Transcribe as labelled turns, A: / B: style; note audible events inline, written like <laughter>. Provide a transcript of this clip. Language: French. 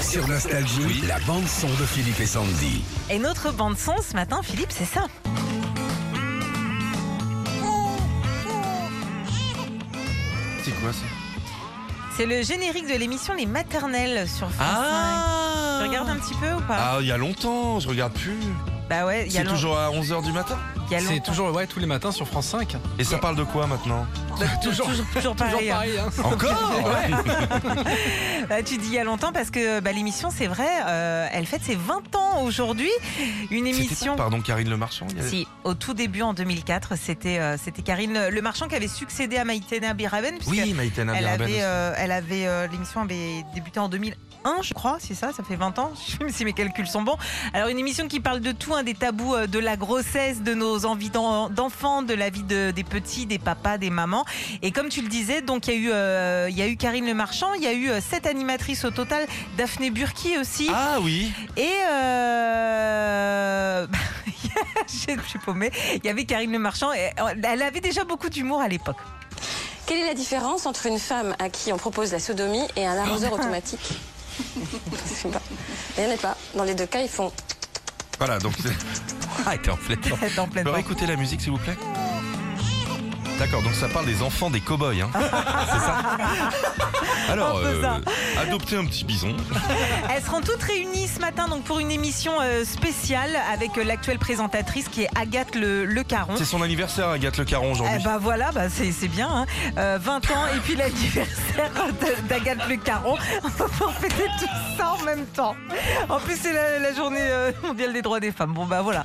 A: Sur Nostalgie, la bande-son de Philippe et Sandy.
B: Et notre bande son ce matin, Philippe, c'est ça.
C: C'est quoi ça
B: C'est le générique de l'émission Les Maternelles sur France 5.
C: Ah
B: Tu regardes un petit peu ou pas
C: Ah, il y a longtemps, je regarde plus.
B: Bah ouais, il y a
C: C'est
B: long-
C: toujours à 11h du matin.
B: il y a
D: C'est
B: longtemps.
D: toujours ouais, tous les matins sur France 5.
C: Et ça parle de
D: <laughs>
C: quoi maintenant
D: Ah, toujours,
B: toujours pareil, hein.
D: hein.
C: Encore
B: Bah, tu dis il y a longtemps parce que bah, l'émission, c'est vrai, euh, elle fête ses 20 ans aujourd'hui. Une
C: C'était
B: émission.
C: pas, pardon, Karine Le Marchand. il y avait-
B: Si, au tout début en 2004, c'était euh, c'était Karine Le Marchand qui avait succédé à Maïtena Biraben. puisque
C: Oui, Maïtena
B: elle
C: Biraben
B: avait,
C: aussi.
B: euh, elle avait euh, l'émission avait débuté en 2001, je crois, c'est ça, ça fait 20 ans, <laughs> je sais même si mes calculs sont bons. Alors une émission qui parle de tout, hein, des tabous euh, de la grossesse, de nos envies d'en- d'enfants, de la vie de- des petits, des papas, des mamans. Et comme tu le disais, donc il y a eu, euh, il y a eu Karine Le Marchand, il y a eu euh, sept animatrices au total, Daphné Burki aussi,
C: Ah oui
B: et euh... <laughs> je suis paumée. Il y avait Karine Le Marchand. et euh, elle avait déjà beaucoup d'humour à
C: <laughs>
B: l'époque.
E: Quelle est la différence entre une femme à qui on propose la sodomie et un arroseur automatique Je sais pas. Il n'y en a pas. Dans les deux cas, ils font.
C: Voilà, donc.
B: <laughs>
C: c'est- Ah, t'es en plein temps.
B: Dans pleine
C: Peux
B: porte.
C: écouter la musique, s'il vous plaît D'accord, donc ça parle des enfants des cow-boys,
B: <laughs>
C: hein. c'est ça Alors,
B: Un peu ça.
C: adopter un petit bison.
B: Elles seront toutes réunies ce matin donc pour une émission euh, spéciale avec euh, l'actuelle présentatrice qui est Agathe Le, Le Caron.
C: C'est son anniversaire, Agathe Le Caron,
B: Eh
C: aujourd'hui.
B: ben voilà, bah c'est c'est bien. hein. Euh, 20 ans et puis l'anniversaire <laughs> de- d'Agathe Le Caron. <laughs> On va pouvoir fêter tout ça en même temps. En plus, c'est la, la journée euh, mondiale des droits des femmes. Bon, bah voilà.